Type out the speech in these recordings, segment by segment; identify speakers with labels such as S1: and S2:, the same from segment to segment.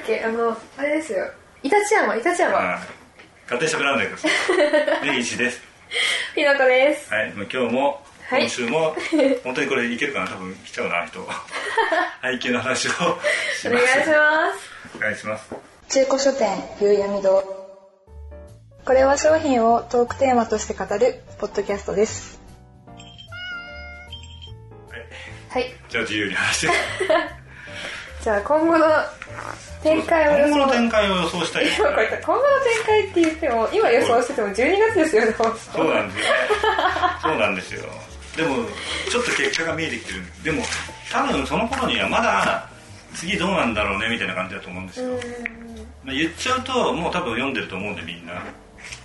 S1: っけあのあれですよイタチヤマイタチヤマ
S2: 家庭食ラーメンです。根岸です。
S1: ピノコです
S2: はい、もう今日も、
S1: はい
S2: 今週も、本当にこれいけるかな、多分来ちゃうな、人。 配給の話をします。
S1: お願いします
S2: お願いします。
S3: 中古書店夕闇堂これは商品をトークテーマとして語るポッドキャストです
S2: はい、
S1: はい
S2: じゃあ自由に話して。
S1: じゃあ今後の展開を予
S2: 今後の
S1: 想
S2: 展開を予想したい。
S1: 今 こういった今後の展開って言っても今予想してても12月ですよね
S2: そうなんですよね。そうなんですよ。でも、ちょっと結果が見えてきてる。でも、多分その頃にはまだ、次どうなんだろうね、みたいな感じだと思うんですよ。まあ、言っちゃうと、もう多分読んでると思うんで、みんな。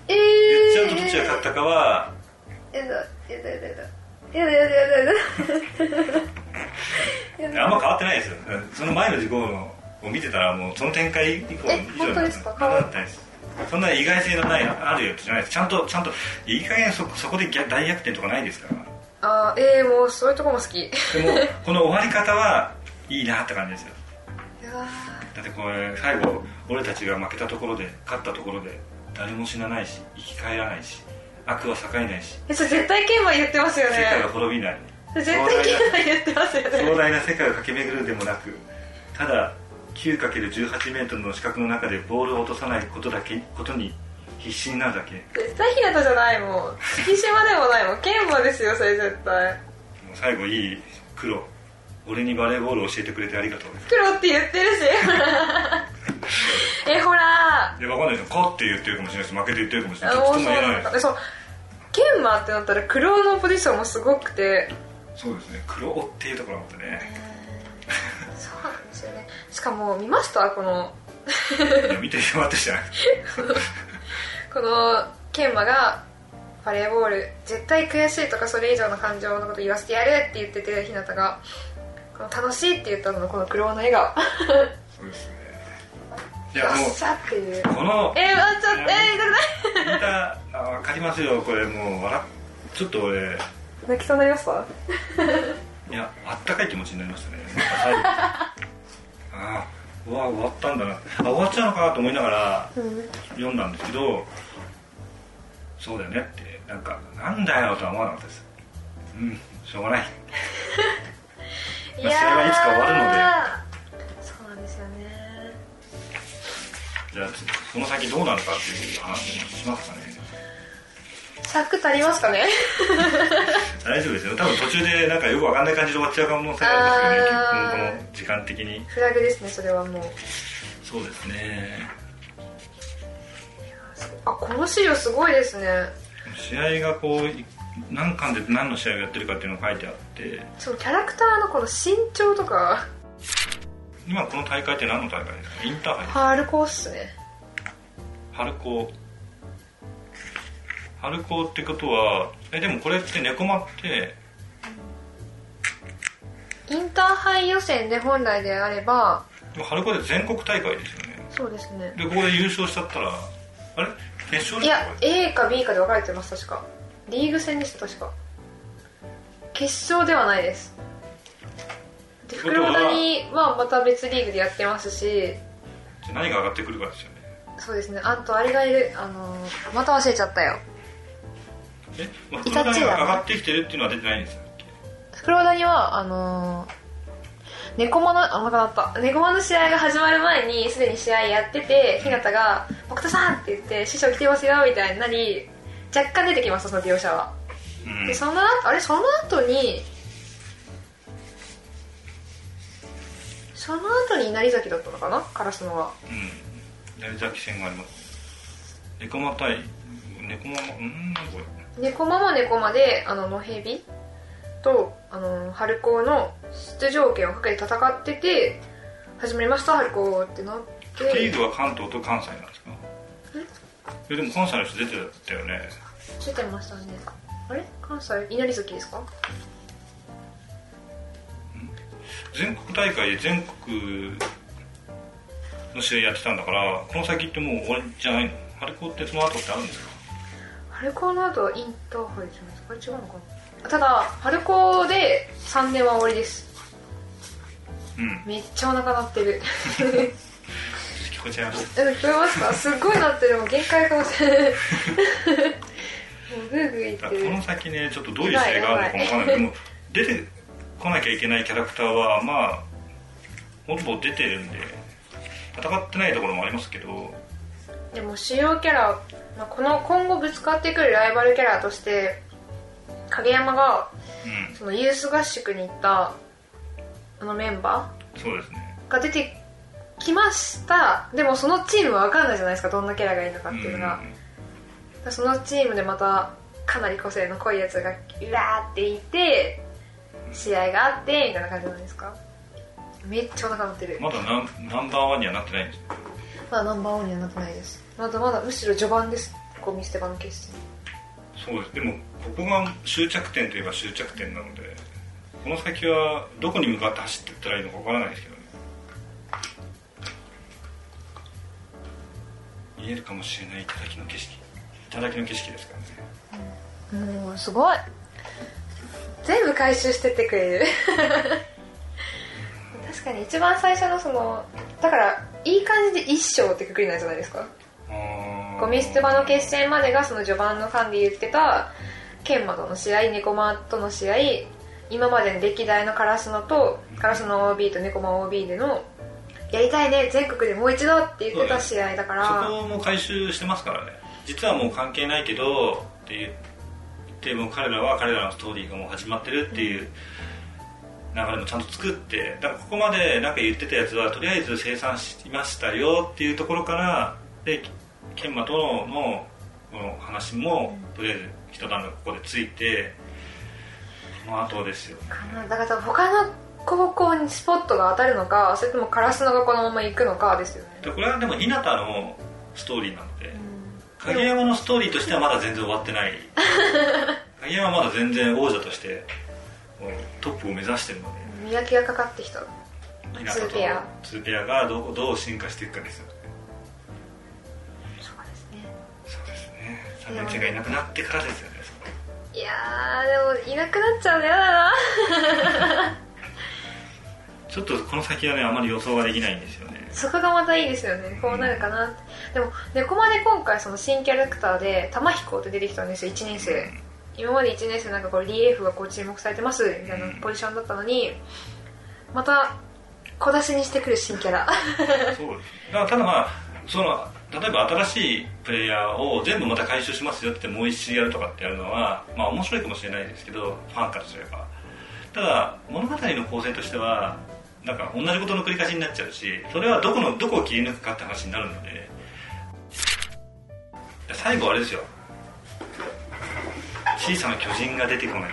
S1: え
S2: 言っちゃう
S1: ー
S2: とどっちが勝ったかは、
S1: やだやだやだやだやだやだやだやだ
S2: あんま変わってないですよその前の事故を見てたらもうその展開以降
S1: え本当ですか
S2: 変わってないですそんな意外性のないあるよじゃないですちゃんとちゃんといい加減そそこで逆大逆転とかないですから
S1: あーえー、もうそういうとこも好きい
S2: でも この終わり方はいいなって感じですよ
S1: や
S2: だってこれ最後俺たちが負けたところで勝ったところで誰も死なないし生き返らないし悪は栄えないし
S1: えそれ絶対研磨言ってますよ
S2: 世
S1: ね
S2: 界は滅びない
S1: 絶対研磨言ってますよね
S2: 壮大な世界を駆け巡るでもなくただ 9×18m の四角の中でボールを落とさないことだけことに必死になるだけも
S1: 絶対日向じゃないもん月島でもないもん研磨ですよそれ絶対
S2: う最後いい黒俺にバレーボールを教えてくれてありがとう
S1: 黒って言ってるし えほら
S2: で分かんないですよ「こ」って言ってるかもしれないし負けて言ってるかもしれ
S1: あ
S2: ないし
S1: も
S2: どっ
S1: うそう
S2: ちとも言え
S1: な
S2: ない
S1: ん
S2: で
S1: だえそう研磨ってなったら黒のポジションもすごくて
S2: すそうですね黒っていうところがあってね
S1: そうなんですよねしかも見ましたこの
S2: いや見てしまってじゃない
S1: この研磨がバレーボール絶対悔しいとかそれ以上の感情のこと言わせてやるって言っててひなたがこの楽しいって言ったののこの苦労の笑顔
S2: そうですねい
S1: よ
S2: やも
S1: っしゃっていう
S2: うこの
S1: えー、わっちゃってえー、痛くない
S2: 見たあ分かりますよこれもう笑っちょっと俺
S1: 泣きそうになりました
S2: いや、あったかい気持ちになりましたね。最 後ああ、うわ、終わったんだな。あ、終わっちゃうのかなと思いながら読んだんですけど、そうだよねって、なんか、なんだよとは思わなかったです。うん、しょうがない。
S1: い
S2: まあ試合はいつか終わるので
S1: でそうなんですよね
S2: じゃあ、この先どうなるかっていう話もしますかね。
S1: 尺足りますかね
S2: 大丈夫ですよ。多分途中でなんかよくわかんない感じで終わっちゃうかもしれないで
S1: あ
S2: す
S1: ー
S2: けどね。この時間的に。
S1: フラグですねそれはもう
S2: そうですね。
S1: あこの資料すごいですね
S2: 試合がこうい、何巻で何の試合をやってるかっていうのが書いてあって、
S1: そのキャラクターのこの身長とか
S2: 今この大会って何の大会ですかインターハイですか
S1: ハールコースっすね
S2: 春高春高ってことはえでもこれって猫間って
S1: インターハイ予選で本来であれば
S2: でも春高で全国大会ですよね
S1: そうですね
S2: でここで優勝しちゃったらあれ決勝
S1: い
S2: です
S1: や
S2: かこれ
S1: A か B かで分かれてます確かリーグ戦です確か決勝ではないですで
S2: ってことは
S1: 袋谷はまた別リーグでやってますし
S2: じゃあ何が上がってくるかですよね
S1: そうですねあとあれがいるあのーまた忘れちゃったよ
S2: えまあ
S1: イ
S2: 袋
S1: タ
S2: 谷
S1: チ
S2: が
S1: だ
S2: 上がってきてるっていうのは出てないんですよ
S1: 袋谷はあのー猫間のあまたなった猫間の試合が始まる前にすでに試合やってて日向が「僕田さん!」って言って「師匠来てますよ」みたいになり若干出てきますその描写は
S2: うん
S1: でその後あれその後にその後に成崎だったのかなカラスのは
S2: うん成崎戦があります猫間対猫間もうんなんかこれ
S1: 猫間も猫間であの野蛇とあの春高の出場権をかけて戦ってて始まりました春高ってなって
S2: リーグは関東と関西なんですかえでも関西の人出てたよね
S1: 出てましたねあれ関西稲崎ですか
S2: 全国大会で全国の試合やってたんだからこの先ってもう終わりじゃないの春高ってその後ってあるんですか
S1: 春高の後はインターハイじゃないですかあれ違うのかなただ春高で3年は終わりです
S2: うん
S1: めっちゃお腹鳴ってる
S2: 聞こえちゃいました
S1: え聞こえますかすっごいなってるもう限界かもしれないもうグーグー言
S2: だ
S1: って
S2: からこの
S1: る
S2: 先ねちょっとどういう試合があるのかわかんないけども出てこなきゃいけないキャラクターはまあもっと出てるんで戦ってないところもありますけど
S1: でも主要キャラ、まあ、この今後ぶつかってくるライバルキャラとして影山が
S2: うん
S1: そのユース合宿に行ったあのメンバ
S2: そうですね
S1: ーが出てきましたでもそのチームは分かんないじゃないですかどんなキャラがいいのかっ
S2: う
S1: て
S2: ん
S1: いうのが、だからそのチームでまたかなり個性の濃いやつがうわーっていて試合があってみたいな感じなんですかめっちゃお腹鳴ってる
S2: まだナンナンバーワンにはなってないんです
S1: まだナンバーワンにはなってないですまだまだむしろ序盤ですゴミ捨て場の決戦
S2: そうですでもここが終着点といえば終着点なのでこの先はどこに向かって走っていったらいいのかわからないですけどね見えるかもしれない頂の景色頂の景色ですからね
S1: もうすごい全部回収してってくれる 確かに一番最初のそのだからいい感じで一章ってくくりなんじゃないですか
S2: あー
S1: ゴミ捨て場の決戦までがその序盤の間で言ってた研磨との試合猫マとの試合今までの歴代のカラスノとカラスノ OB と猫マ OB でのやりたいね全国でもう一度って言ってた試合だから
S2: そこも回収してますからね実はもう関係ないけどって言ってもう彼らは彼らのストーリーがもう始まってるっていう流れもちゃんと作ってだからここまでなんか言ってたやつはとりあえず生産しましたよっていうところからで研磨とののこの話もとりあえず一段落ここでついてこの後ですよね
S1: だから多分他の高校にスポットが当たるのかそれともカラスノがこのまま行くのかですよね
S2: でこれはでも日向のストーリーなので
S1: でも
S2: 影山のストーリーとしてはまだ全然終わって ない影山はまだ全然王者としてもうトップを目指してるの
S1: 磨きがかかってきた
S2: で
S1: ツーペア
S2: ツーペアがどうどう進化していくかですよね
S1: そうですね
S2: そうですね3年生がいなくなってからですよねそこ
S1: いやーでもいなくなっちゃうのやだな
S2: ちょっとこの先はねあまり予想ができないんですよね
S1: そこがまたいいですよねこうなるかなってでも猫まで今回その新キャラクターで玉彦って出てきたんですよ1年生今まで1年生なんかこうリエーフがこう注目されてますみたいなポジションだったのにまた小出しにしてくる新キャラ
S2: そうですだからただまあその例えば新しいプレイヤーを全部また回収しますよってもう一周やるとかってやるのはまあ面白いかもしれないですけどファンからすればただ物語の構成としてはなんか同じことの繰り返しになっちゃうしそれはどこのどこを切り抜くかって話になるので最後あれですよ小さな巨人が出てこないと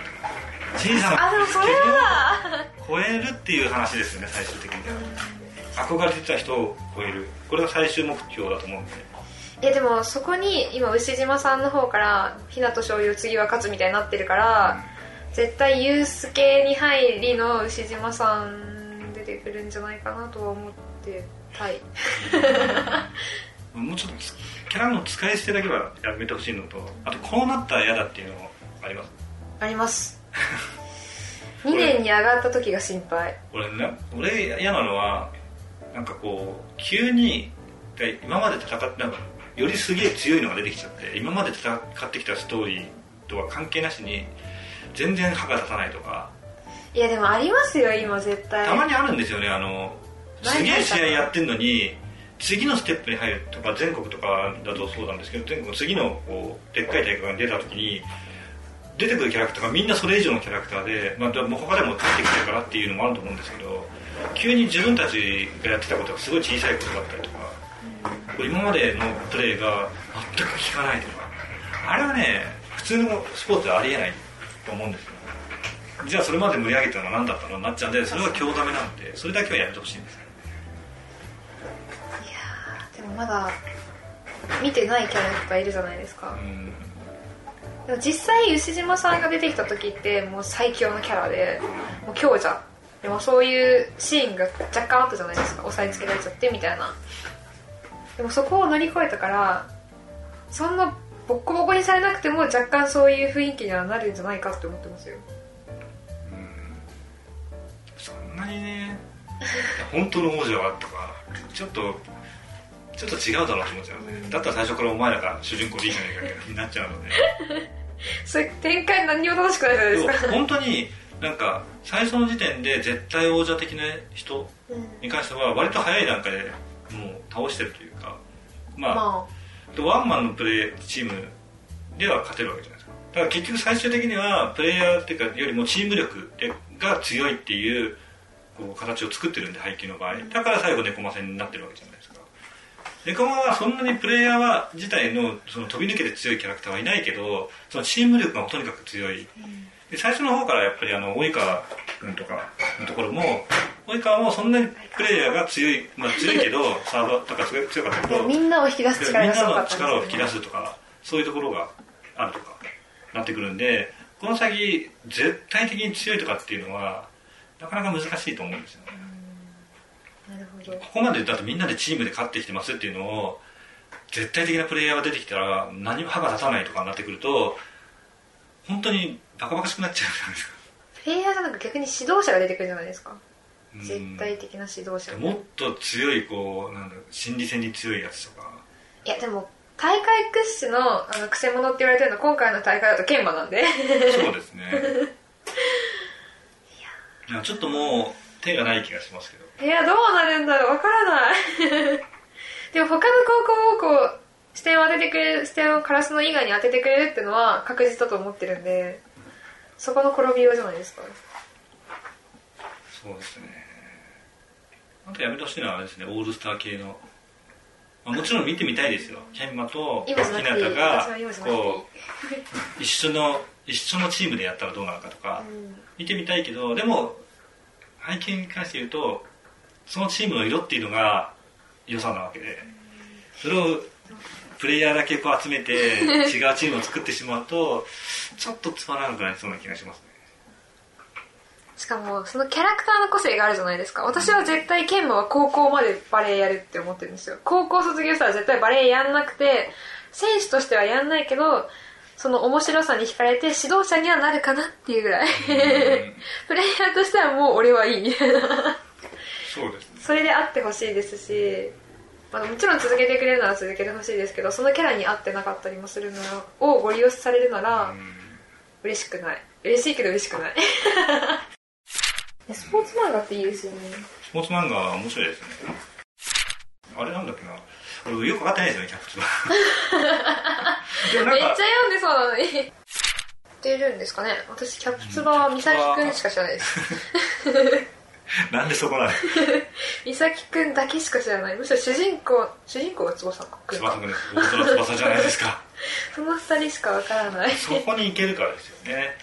S2: か小さな
S1: あでもそれは
S2: 超えるっていう話ですよね最終的には憧れてた人を超えるこれが最終目標だと思うんで
S1: いやでもそこに今牛島さんの方から「ひなと醤油次は勝つ」みたいになってるから絶対ユース系に入りの牛島さん出てくるんじゃないかなとは思ってたい
S2: もうちょっとキャラの使い捨てだけはやめてほしいのとあとこうなったら嫌だっていうのもあります
S1: あります 2年に上がった時が心配
S2: 俺ね俺嫌なのはなんかこう急にで今まで戦ってなんかよりすげえ強いのが出てきちゃって今まで戦ってきたストーリーとは関係なしに全然歯が立たないとか
S1: いやでもありますよ今絶対
S2: たまにあるんですよねあのすげえ試合やってんのに次のステップに入るとか全国とかだとそうなんですけど全国の次のこうでっかい大会に出た時に出てくるキャラクターがみんなそれ以上のキャラクターで、まあ、でも他でも勝ってきてるからっていうのもあると思うんですけど急に自分たちがやってたことがすごい小さいことだったりとかこう今までのプレーが全く効かないとかあれはね普通のスポーツではありえないと思うんですよじゃあそれまで盛り上げたのは何だったのになっちゃうんでそれは興ざめなんでそれだけはやめてほしいんですよ
S1: いやーでもまだ見てないキャラクターいるじゃないですか、
S2: うん
S1: でも実際牛島さんが出てきた時ってもう最強のキャラでもう強者でもそういうシーンが若干あったじゃないですか押さえつけられちゃってみたいなでもそこを乗り越えたからそんなボッコボコにされなくても若干そういう雰囲気にはなるんじゃないかって思ってますよ
S2: そんなにね本当の王者はとかちょっとちょっと違うだろうと思っちゃうね、だったら最初からお前らが主人公でいいじゃないかみたいになっちゃうので
S1: それ展開何にも楽しくないじゃないで
S2: ですも
S1: か
S2: 本当になんか最初の時点で絶対王者的な人に関しては割と早い段階でもう倒してるというかまあ、
S1: ま
S2: でワンマンのプレーチームでは勝てるわけじゃないですかだから結局最終的にはプレイヤーっていうかよりもチーム力でが強いっていうこう形を作ってるんで配球の場合だから最後猫マ戦になってるわけじゃないですか猫マはそんなにプレイヤーは自体のその飛び抜けて強いキャラクターはいないけどそのチーム力がとにかく強いで最初の方からやっぱりあの及川君とかのところも及川もそんなにプレイヤーが強い、まあ、強いけどサーバーとかすごい強かった
S1: あ
S2: け
S1: いや
S2: ど
S1: みんなを引き出す
S2: みん
S1: 力がすご
S2: な
S1: か
S2: の
S1: った
S2: 力を引き出
S1: す
S2: すとかそういうところがあるとかなってくるんでこの先絶対的に強いとかっていうのはなかなか難しいと思うんですよね
S1: なるほど
S2: ここまでだってみんなでチームで勝ってきてますっていうのを絶対的なプレイヤーが出てきたら何も歯が立たないとかになってくると本当にバカバカしくなっちゃうじゃないですか
S1: プレイヤーじゃなく逆に指導者が出てくるじゃないですか
S2: うん
S1: 絶対的な指導者
S2: もっと強いこうなんだろう心理戦に強いやつとか
S1: いやでも大会屈指のあのクセ者って言われてるの今回の大会だと研磨なん で
S2: そうで すねいやちょっともう手がない気がしますけど
S1: いやどうなるんだろうわからないでも他の高校をこう視点を当ててくれる視点をカラスの以外に当ててくれるっていうのは確実だと思ってるんでそこの転びようじゃないですか
S2: そうですねあとやめてほしいのはあれですねオールスター系の、まあ、もちろん見てみたいですよ研磨と日
S1: 今じゃなくていい
S2: 向
S1: 私は今
S2: が
S1: じゃなくていい
S2: こう一緒の一緒のチームでやったらどうなるかとか
S1: うん
S2: 見てみたいけどでも背景に関して言うとそのチームの色っていうのが良さなわけでそれをプレイヤーだけこう集めて違うチームを作ってしまうとちょっとつまらなくなりそうな気がしますね
S1: しかもそのキャラクターの個性があるじゃないですか私は絶対研磨は高校までバレエやるって思ってるんですよ高校卒業したら絶対バレエやんなくて選手としてはやんないけどその面白さに惹かれて指導者にはなるかなっていうぐらい プレイヤーとしてはもう俺はいいみたいな
S2: そうですね
S1: それであってほしいですし、まあ、もちろん続けてくれるなら続けてほしいですけどそのキャラに合ってなかったりもするのをご利用されるなら嬉しくない嬉しいけど嬉しく ないスポーツ漫画っていいですよね
S2: スポーツ漫画は面白いですねあれなんだっけな俺よく分かってないですよねキャプツバ でも
S1: め
S2: な
S1: っ
S2: ん
S1: ちゃ
S2: か
S1: 読んでそうなのに出るんですかね私キャプツバは美咲くんしか知らないです
S2: なんでそこなの
S1: 美咲くんだけしか知らないむしろ主人公主人公が翼くん
S2: 翼くんです僕の翼じゃないですか
S1: その二人しかわからない
S2: そこに行けるからですよね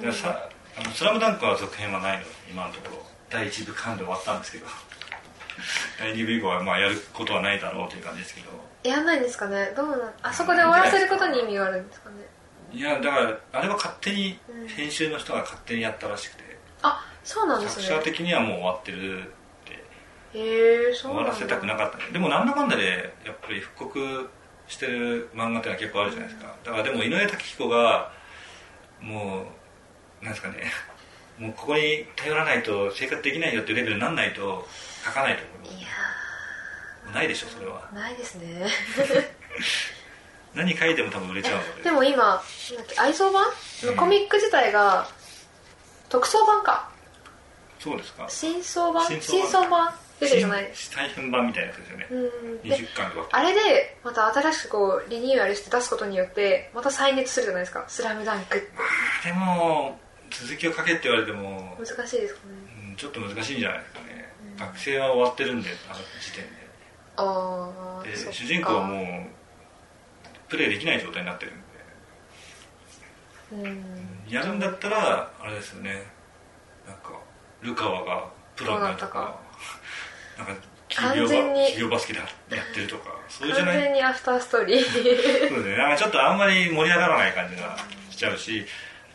S2: だからさあの「スラムダンクは続編はないの今のところ第1部完で終わったんですけど 第2部以降はまあやることはないだろうという感じですけど
S1: やんないんですかねどうなんあそこで終わらせることに意味があるんですかね
S2: いやだからあれは勝手に編集の人が勝手にやったらしくて、
S1: あそうなんで
S2: 作
S1: す
S2: 者
S1: ね
S2: 的にはもう終わってるって
S1: へえそうな
S2: 終わ
S1: んだ
S2: らせたくなかったねでもなんだかんだでやっぱり復刻してる漫画ってのは結構あるじゃないですかだからでも井上武彦がもうなんですかねもうここに頼らないと生活できないよっていうレベルにならないと書かないと思
S1: いや
S2: うないでしょそれは
S1: ーないですね
S2: 何書いても多分売れちゃうので
S1: でも今なんだっけ愛想版
S2: うん
S1: コミック自体が特装版か
S2: そうですか
S1: 新装版
S2: 新装版
S1: 新装版出てるじゃないです
S2: 新大変版みたいなやつですよね
S1: うんで
S2: 20巻とか
S1: あれでまた新しくこうリニューアルして出すことによってまた再熱するじゃないですか「スラムダンクって
S2: でも続きを書けって言われても
S1: 難しいですかね
S2: うんちょっと難しいんじゃないですかね、学生は終わってるんであの時点で
S1: ああ
S2: で主人公はもうプレイできない状態になってるん
S1: ううん
S2: でやるんだったらあれですよねなんかルカワがプロになるとかなんか企業
S1: 完全に
S2: バ企業バスケでやってるとかそういうじゃ
S1: 完
S2: ない
S1: 全にアフターストー リー
S2: そうですねなんかちょっとあんまり盛り上がらない感じがしちゃうし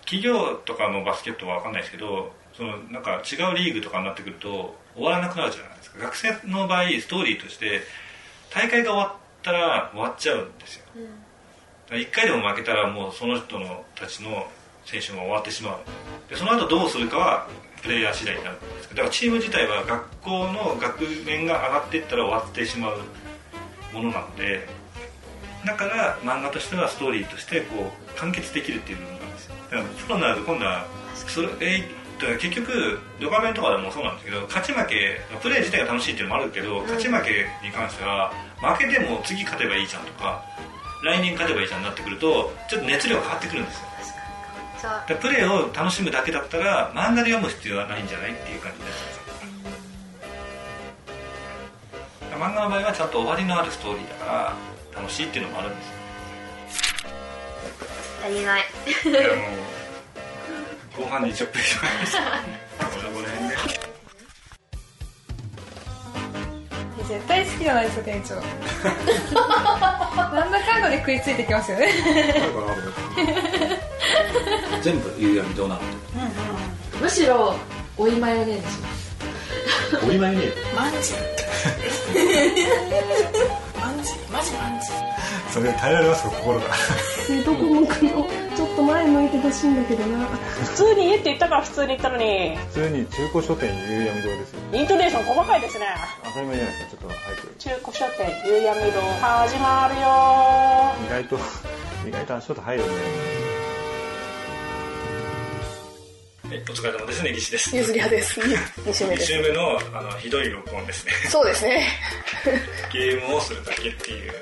S2: 企業とかのバスケットは分かんないですけどそのなんか違うリーグとかになってくると終わらなくなるじゃないですか学生の場合ストーリーとして大会が終わったら終わっちゃうんですよ
S1: うん
S2: 1回でも負けたらもうその人のたちの青春は終わってしまうでその後どうするかはプレイヤー次第になるんですけどだからチーム自体は学校の学年が上がっていったら終わってしまうものなのでだから漫画としてはストーリーとしてこう完結できるっていう部分なんですよだからプロになると今度はそれ、えーだから結局ドカベンとかでもそうなんですけど勝ち負けプレー自体が楽しいっていうのもあるけど勝ち負けに関しては負けても次勝てばいいじゃんとか来年勝てばいいじゃんになってくるとちょっと熱量が変わってくるんですよ
S1: 確かにじゃあ
S2: だからプレーを楽しむだけだったら漫画で読む必要はないんじゃないっていう感じになっちゃうんですよ漫画の場合はちゃんと終わりのあるストーリーだから楽しいっていうのもあるんですよ
S1: 足りない
S2: いやもう後半に20分しまいましたこの辺で
S3: 絶対好きじゃないですか店 長なんだかんだで食いついてきますよね
S4: るかなと思って全部夕闇どうなる
S5: むしろおいマヨネーズします
S4: とおりまいね
S6: マジマジマジマジ
S4: それ耐えられますか心が
S7: 水戸顧問くんをちょっと前向いてほしいんだけどな
S6: 普通に家って言ったから普通に言ったのに
S8: 普通に中古書店夕闇堂ですよ
S6: イントネーション細かいですね
S8: 当たり前じゃないですかちょっと早く
S6: 中古書店夕闇堂始まるよ
S8: 意外と 意外と足音入るね
S2: はいお疲れ様ですねぎしです
S9: ゆずりはです。2週目
S2: 2
S9: です。
S2: 週目のあのひどい録音ですね
S9: そうですね。
S2: ゲームをするだけっていう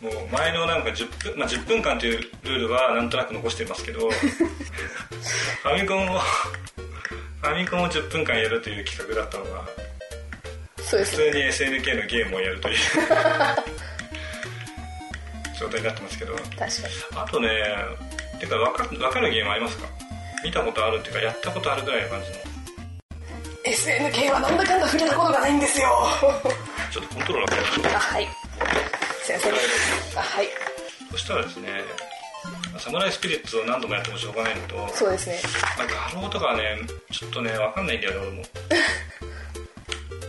S2: もう前のなんか10分,、まあ、10分間というルールはなんとなく残してますけ どファミコンをファミコンを10分間やるという企画だったのが
S9: そうで
S2: 普
S9: す
S2: 通に
S9: ね。
S2: SNK のゲームをやる という状態になってますけど
S9: 確かに。
S2: あとねてかわかわかるゲームありますか見たことあるっていうかやったことあるぐらいの感じの
S9: SNK はなんだかんだ触れたことがないんですよ。
S2: ちょっとコントローラー変えましょう
S9: あ、はい。すいません。あ、はい。
S2: そしたらですねサムライスピリッツを何度もやってもしょうがないのと
S9: そうですね。
S2: まあ画廊とかねちょっとねわかんないんだよね俺も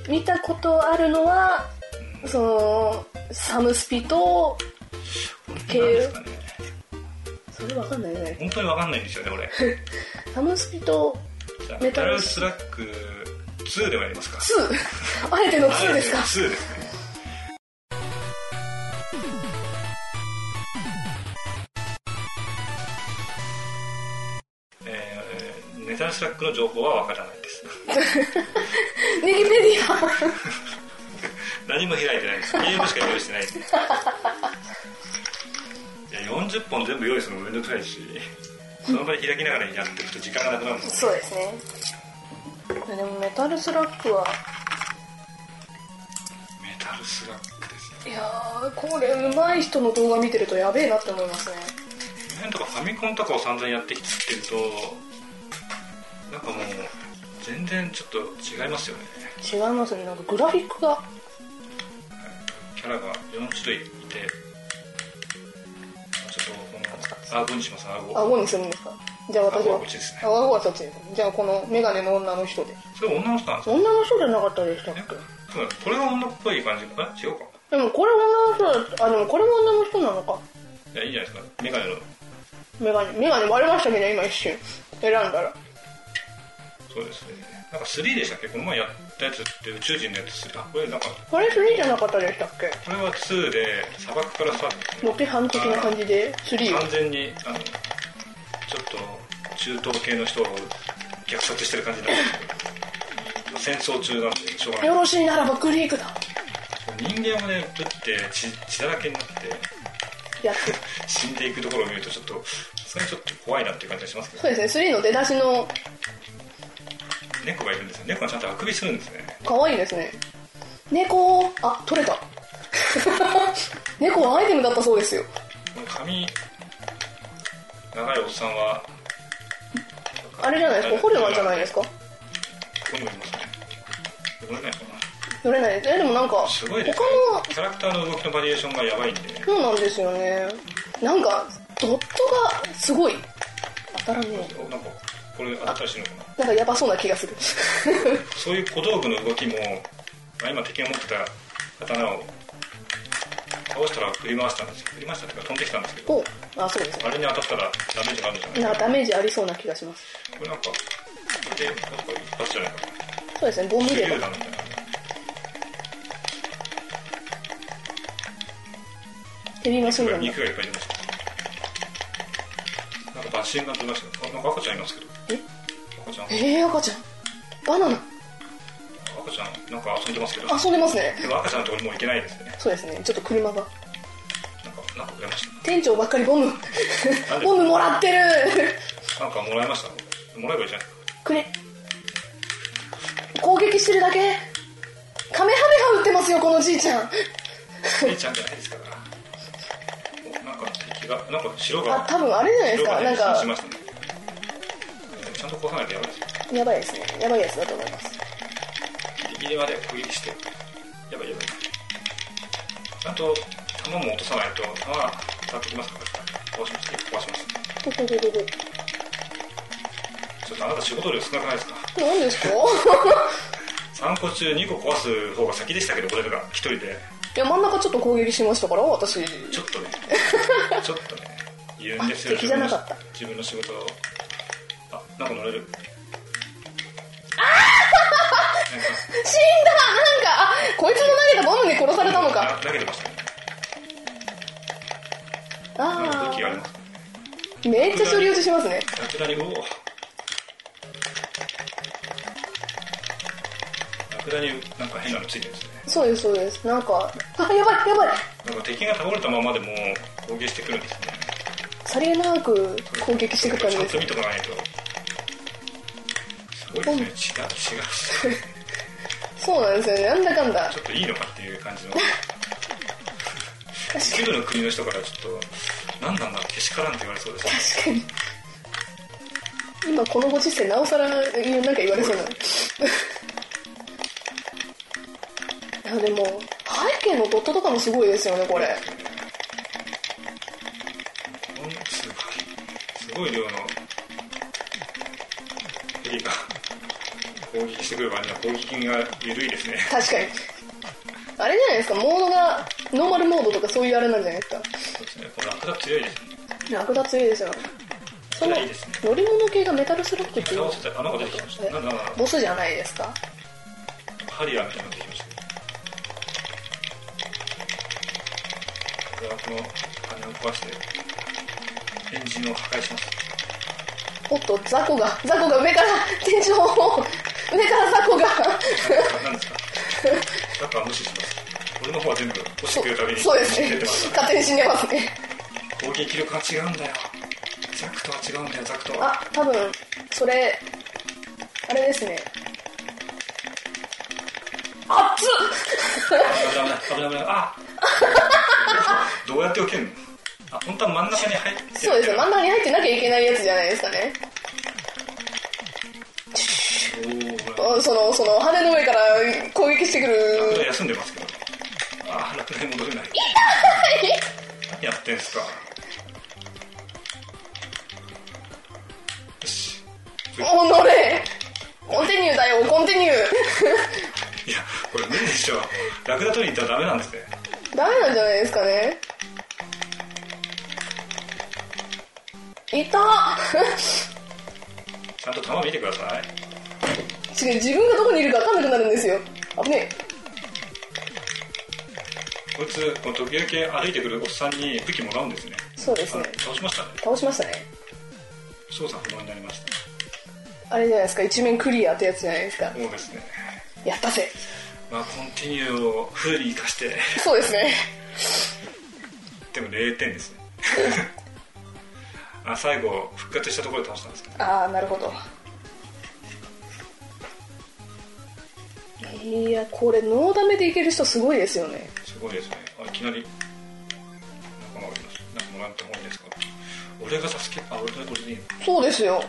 S9: 見たことあるのは、その、サムスピと、経
S2: なんで
S9: 由
S2: す。かね
S9: それわかんないね。
S2: 本当にわかんないんですよね俺
S9: サムスピと
S2: じゃあ
S9: メ
S2: メ
S9: タ
S2: タ
S9: ル
S2: ル
S9: ス
S2: スラック2でもやりますか
S9: 2。あえての2ですか。
S2: 2ですねえーネタルスラックの情報はわからないです
S9: ネギペディア。
S2: 何も開いてないですゲームしか用意してないですいや40本全部用意するのめんどくさいしその場で開きながらやっていくと時間がなくなるの
S9: そうですね。でもメタルスラックは、
S2: メタルスラックですね
S9: いやー、これ上手い人の動画見てるとやべえなって思いますね。
S2: この辺とかファミコンとかを散々やってきてるとなんかもう全然ちょっと違いますよね
S9: 違いますね。なんかグラフィックが。
S2: キャラが4種類いてちょっとこのアーゴにしますアーゴ
S9: 顎にするんですかじゃあ私
S2: 顎は
S9: は
S2: こっちですね。
S9: あ顎はそっちです。じゃあこのメガネの女の人で。
S2: それ女の人なんですか
S9: 女の人じゃなかったでしたっ
S2: ねそうだこれが女っぽい感じか違うか
S9: けでもこれ女の人だあ、でもこれも女の人なのか。
S2: いやいいじゃないですかメガネの
S9: メガネ。メガネ割れましたけど、今一瞬。選んだら。
S2: そうですねなんか3でしたっけこの前やったやつって宇宙人のやつ3あこれなんか
S9: これ3じゃなかったでしたっけ
S2: これは2で砂漠からスタートですね
S9: ロケハン的な感じで3を
S2: 完。全にあのちょっと中東系の人を虐殺してる感じなんですけど戦争中なんでしょうが
S9: よ
S2: ない
S9: ろしいならばクリークだ。
S2: 人間もねぶって血血だらけになって
S9: やつ。
S2: 死んでいくところを見るとちょっとそれちょっと怖いなっていう感じがしますけど
S9: そうですね、3の出だしの、
S2: 猫がいるんですよ猫がちゃんとあくびするんですね
S9: 可愛いですね。猫あ、取れた。 猫はアイテムだったそうですよ。
S2: この髪長いおっさんは
S9: あれじゃないですか、ホルマンじゃないですか。
S2: ここにもいますねこれないか
S9: 乗れないです。え、でもなんか、
S2: なすごいですね
S9: 他
S2: キャラクターの動きのバリエーションがやばいんで
S9: の、そうなんですよね。なんか、ドットがすごい。当たらねえ。
S2: なんかこれあったりしてるのかな
S9: なんかやばそうな気がする。
S2: そういう小道具の動きも、まあ、今敵が持ってた刀を倒したら振り回したんですよ振り回したっていうか飛んできたんですけど
S9: おあ、そうです。
S2: あれに当たったらダメージがあるんじゃない
S9: なんかダメージありそうな気がします。
S2: これなんかこれでなんか一発じゃないかな
S9: そうですね、ボン見れ
S2: 手榴
S9: ば。
S2: 弾みたいな
S9: ってみましょ
S2: 肉
S9: うか
S2: が
S9: ね
S2: 肉がいっぱい出ましたなんかバッシングが出ましたねあなんか赤ちゃんいますけど
S9: え
S2: 赤ちゃん
S9: えー、赤ちゃんバナナ
S2: 赤ちゃんなんか遊んでますけど
S9: 遊んでますね
S2: でも赤ちゃんのところにもう行けないですね
S9: そうですねちょっと車が
S2: なんかなんかくれまし
S9: 店長ばっかりボムボムもらってる
S2: たなんかもらいましたもらえばいいじゃない
S9: くれ攻撃してるだけカメハメハ打ってますよこのじいちゃん
S2: いいちゃんじゃないですからおなんか敵がなんか白が
S9: あ多分あれじゃないですかなん
S2: 白がね変身しま
S9: か
S2: したねちゃんと壊さないとやばいですよ
S9: やばいですねやばいやつだと思います
S2: ギリギリまで攻撃してやばいやばいちゃんと弾も落とさないと弾が当たってきますから壊しました壊しまし
S9: ほほほほほ
S2: たちょっとあなた仕事量少なくないですか
S9: 何ですか
S2: 3個中2個壊す方が先でしたけど俺らが1人で
S9: いや真ん中ちょっと攻撃しましたから私
S2: ちょっと ねちょっとね言うんですよ
S9: あ敵じゃなかった
S2: 自分の仕事をあなんか乗れるなんか
S9: 死んだなんかあこいつの投げたボムに殺されたのか
S2: な投げてましたねなんか
S9: あ
S2: 武器があります
S9: あめっちゃ処理落ちしますね
S2: さすがにうおラクダになんか変なのついてるんですね
S9: そうですそうですなんかあやばいやばい
S2: なんか敵が倒れたままでも攻撃してくるんですね
S9: さりげなく攻撃してく
S2: ち
S9: 感じ
S2: ゃん
S9: です
S2: と見とかないとすごいですね違う違う
S9: そうなんですよねなんだかんだ
S2: ちょっといいのかっていう感じの一部の国の人からちょっと何なんだけしからんって言われそうです
S9: 確かに今このご時世なおさらなんか言われそうな いやでも背景のドットとかもすごいですよねこれ
S2: ほんすごいすごい量のヘリが攻撃してくる場合には攻撃が緩いですね
S9: 確かにあれじゃないですかモードがノーマルモードとかそういうあれなんじゃないですか
S2: そうですねこのラクダ強いですね
S9: ラクダ強いですよその
S2: いいですね
S9: 乗り物系がメタルスラックっていう
S2: 倒せた穴が出てきましたなんだなんだ
S9: ボスじゃないですか
S2: ハリアーみたいなのが出てきましたこれはこの羽を壊してエンジンを破壊します
S9: おっとザコがザコが上から天井を上からザコが
S2: 何ですかなんか無視します俺の方は全部落ちて
S9: そ
S2: くるたびに
S9: そうです
S2: 出
S9: ね
S2: てます
S9: 勝手に死んでますね
S2: 攻撃力が違うんだよザクとは違うんだよザクとは
S9: あ多分それあれですねあっつ
S2: 危ない危ない危ないあどうやって受けるのあ本当は真ん中に入って
S9: そうですね真ん中に入ってなきゃいけないやつじゃないですかね
S2: おおほら
S9: うんそのその羽の上から攻撃してく
S2: ラクダ
S9: る
S2: 休んでますけどあラクダに戻れない何やってんすかよし
S9: おのれコンティニューだ よコンティニュ
S2: いやこれ無理でしょラクダ取りに行ったらダメなんですね
S9: ーダメなんじゃないですかねいた
S2: ちゃんと弾見てください
S9: しかも自分がどこにいるか分かんなくなるんですよ危ね
S2: こいつこの時々歩いてくるおっさんに武器もらうんですね
S9: えそうですね
S2: あ倒しましたね
S9: 倒しましたね
S2: 操作不能になりました
S9: あれじゃないですか一面クリアってやつじゃないですか
S2: そうですね
S9: やったぜ
S2: まあコンティニューをフルに生かして
S9: そうですね
S2: でも0点ですね あ最後復活したところで倒したんですけど
S9: ああなるほどいやこれノーダメでいける人すごいですよね
S2: すごいですねあいきなり仲間がいますなんかもらった方がいいですか俺がサスケあ俺が俺でいいの
S9: そうですよ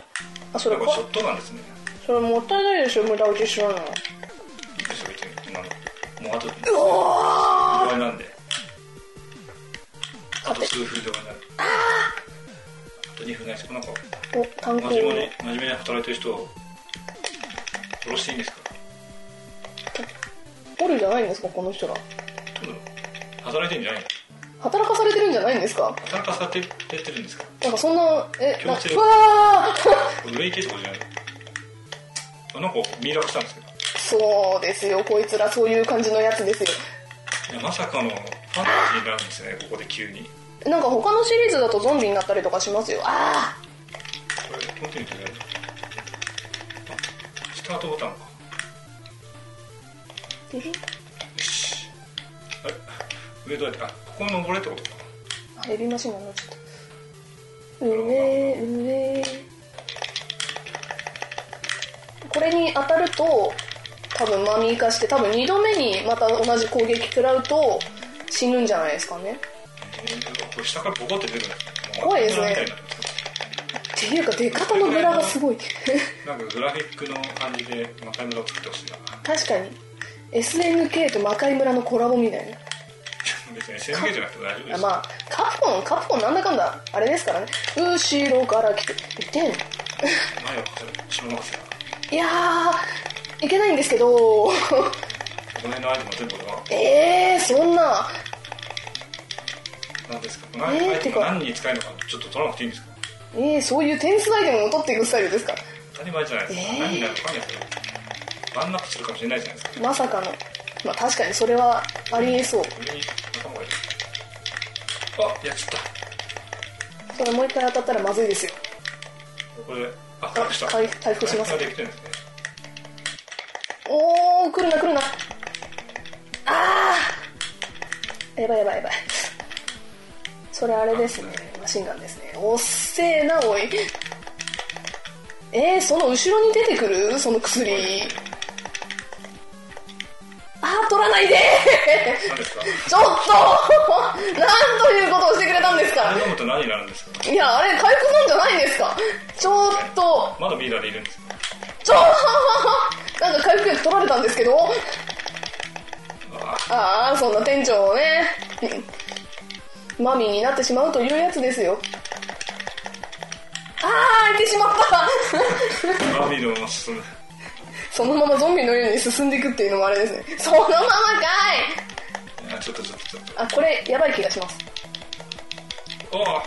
S9: あそれ
S2: なん
S9: か
S2: かショットなんですね
S9: それもったいないですよ無駄打ちしないの
S2: いいですよ別に今のもうあと
S9: うわ
S2: 終わりなんであと数分で終わりなんであと2分ないですかなんか
S9: ーお炭
S2: 真
S9: 鉱
S2: 面目に真面目に働いてる人を殺していいんですか
S9: おるじゃないんですかこの人ら
S2: どうだろう働いてんじゃないの
S9: 働かされてるんじゃないんですか
S2: 働かされてるんですか
S9: なんかそんなえな
S2: 強制
S9: うわ
S2: 売れ行けってことじゃないのあなんかミイラ化したんですけど
S9: ーそうですよこいつらそういう感じのやつですよ
S2: いやまさかのファンタジーなんですねここで急に
S9: なんか他のシリーズだとゾンビになったりとかしますよあ
S2: これ本当に取れるあスタートボタンかよしあれ上どうやってあここ登れってことか
S9: あヘビーマシンがなっちゃった上上これに当たると多分マミー化して多分2度目にまた同じ攻撃食らうと死ぬんじゃないですかね
S2: えーなんかこれ下からボコって出るんだ
S9: 怖いですね
S2: みたいになってます
S9: っていうか出方のムラがすごい
S2: なんかグラフィックの感じで魔界村を作ってほしいな
S9: 確かに SNK と魔界村のコラボみたいな
S2: 別に SNK じゃなくても大丈夫で
S9: あ
S2: す
S9: まあカプコンカプコンなんだかんだあれですからね後ろから来ていてん
S2: 前はこちら下任せだ
S9: いやーいけないんですけど
S2: この辺のアイテムは全部俺は
S9: えー、そんな
S2: 何ですかこのア
S9: えー
S2: イテ
S9: て
S2: ム
S9: か
S2: 何に使えるのかちょっと取らなくていいんですか
S9: えー、そういう点数アイテムを取っていくスタイルですか
S2: 当たり前じゃないですか、
S9: えー
S2: 何になるか分かんないですよワンナップするかもしれないじゃないですか
S9: まさかのまあ確かにそれはありえそう
S2: 上に仲間がいるあやっちゃった
S9: それもう一回当たったらまずいですよ
S2: これあ回復した
S9: あ回回復します
S2: 回復ができてるんですね
S9: おー来るな来るなあーやばいやばいやばいそれあれですねマシンガンですねおっせえなおいえー、その後ろに出てくるその薬あー取らないで
S2: 何ですか
S9: ちょっとなんということをしてくれたんです
S2: あ
S9: か
S2: れ飲むと何になるんですか
S9: いやあれ回復なんじゃないんですかちょっと
S2: まだミイラーでいるんですか
S9: ちょなんか回復薬取られたんですけど
S2: あ
S9: ああそんな店長をねうんマミーになってしまうというやつですよああ開いてしまった
S2: マミイラの進む
S9: そのままゾンビのように進んでいくっていうのもあれですねそのままかい
S2: あちょっとちょっとちょっ
S9: あこれやばい気がします
S2: とおあ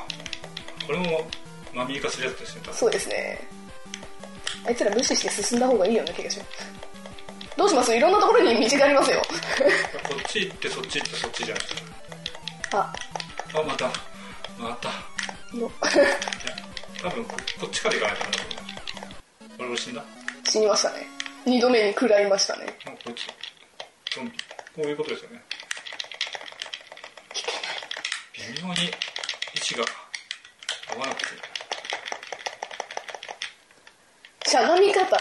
S2: これもマミイ化するやつですね多分
S9: そうですねあいつら無視して進んだ方がいいような気がしますどうしますいろんなところに道がありますよ
S2: こっち行ってそっち行ってそっちじゃないですか
S9: あ
S2: あまたまた
S9: の
S2: 多分ここっちから行かないとダメだと思うこれ俺死んだ
S9: 死にましたね二度目に食らいましたね
S2: あこっちゾンビこういうことですよね微妙に位置が合わなくて
S9: しゃがみ方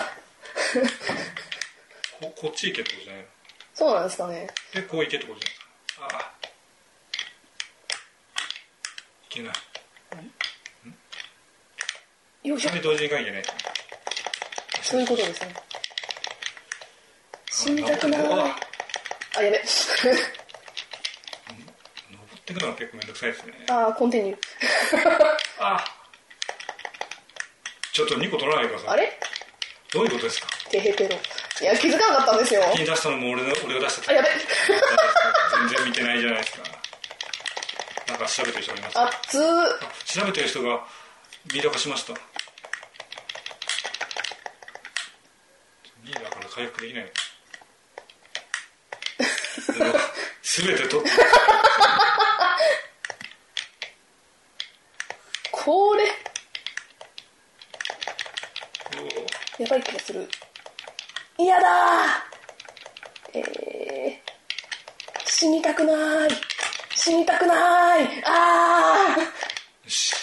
S2: ここっち行けってことじゃないの
S9: そうなんですかね
S2: で、こう行けってことじゃないですか。ああ。いけない。
S9: よいしょ
S2: それ同時に行かなきゃいけない。
S9: そういうことですね死にたく
S2: あ
S9: ない
S2: 登っ
S9: あやべ
S2: 登ってくのが結構めんどくさいですね。
S9: あーコンティニュー
S2: ああ。ちょっと2個取らないでください。
S9: あれ
S2: どういうことですか
S9: てへペロいや気づかなかったんですよ
S2: 気に出したのも俺の俺が出した
S9: あやべ
S2: 全 然見てないじゃないですか。なんか調べてる人います
S9: あっつー
S2: 調べてる人がミイラ化しました。ミイラから回復で きない。すべて取って
S9: これ
S2: おー
S9: やばい気がする嫌だーえー、死にたくない死にたくないあ
S2: よし。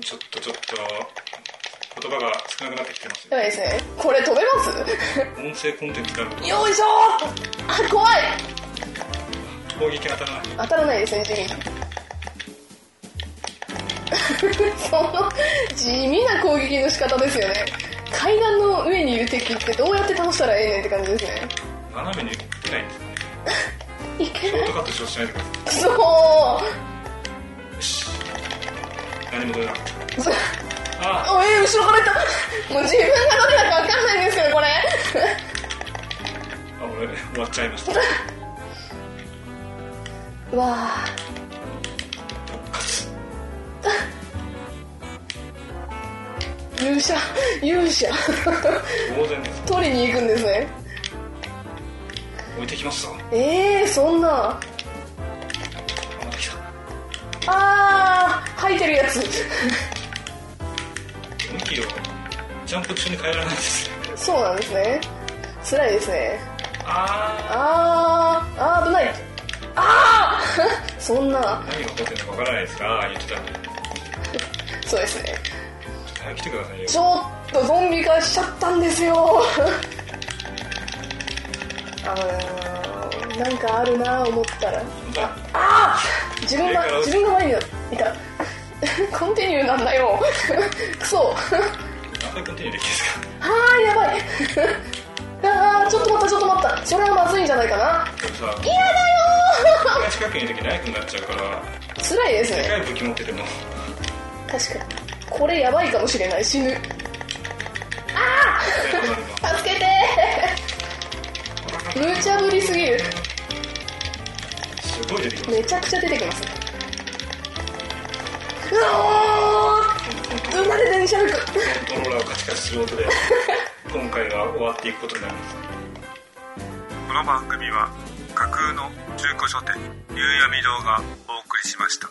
S2: ちょっとちょっと言葉が少なくなってきてます
S9: ーやばいですねこれ飛べます
S2: 音声コンテンツがあると
S9: よいしょーあ怖い
S2: 攻撃が当たらない
S9: 当たらないですね地味に その地味な攻撃の仕方ですよね階段の上にいる敵ってどうやって倒したらええねんって感じですね
S2: 斜めに打ってないんですかね
S9: いけ
S2: ショ
S9: な
S2: ー
S9: い
S2: トカットしようとしないでくださ
S9: くそ
S2: い
S9: ー
S2: よし何も取れなかっ
S9: そ
S2: たああ
S9: おえ後ろからいったもう自分がどれだか分かんないんですけどこれ
S2: あ俺終わっちゃいました
S9: う わ
S2: カツ
S9: ー勇者勇者
S2: 当然です
S9: 取りに行くんですね
S2: お置いてきました
S9: えー、そんな
S2: あまた来た
S9: あー吐いてるやつ
S2: 向きをジャンプ中に変えられないですね
S9: そうなんですね辛いですね
S2: あ
S9: あーあー危ないあー そんな
S2: あ何が起こってるのかわからないですが言ってたんでちょ
S9: そうですね
S2: っと早く来てくださいよ
S9: ちょっとゾンビ化しちゃったんですよ あのー、なんかあるなー思ったらあー自分が自分が前にいた コンティニューなんだよ クソ は
S2: 何回コンティニューできるんですか
S9: ーいやばい あーちょっと待ったちょっと待ったそれはまずいんじゃないかな
S2: でもさ
S9: 嫌だよ
S2: 近くにいる時ナイフになっちゃうから
S9: ー 辛いです
S2: で
S9: ね
S2: かい武器持ってても
S9: 確かにこれやばいかもしれない死ぬ
S2: 痛くなるの
S9: 助けてー無茶ぶりすぎる
S2: すごい出てきます
S9: めちゃくちゃ出てきますねうわーうなで電車服
S2: コントローラーをカチカチする音で今回は終わっていくことになります
S10: この番組は架空の中古書店夕闇堂がお送りしました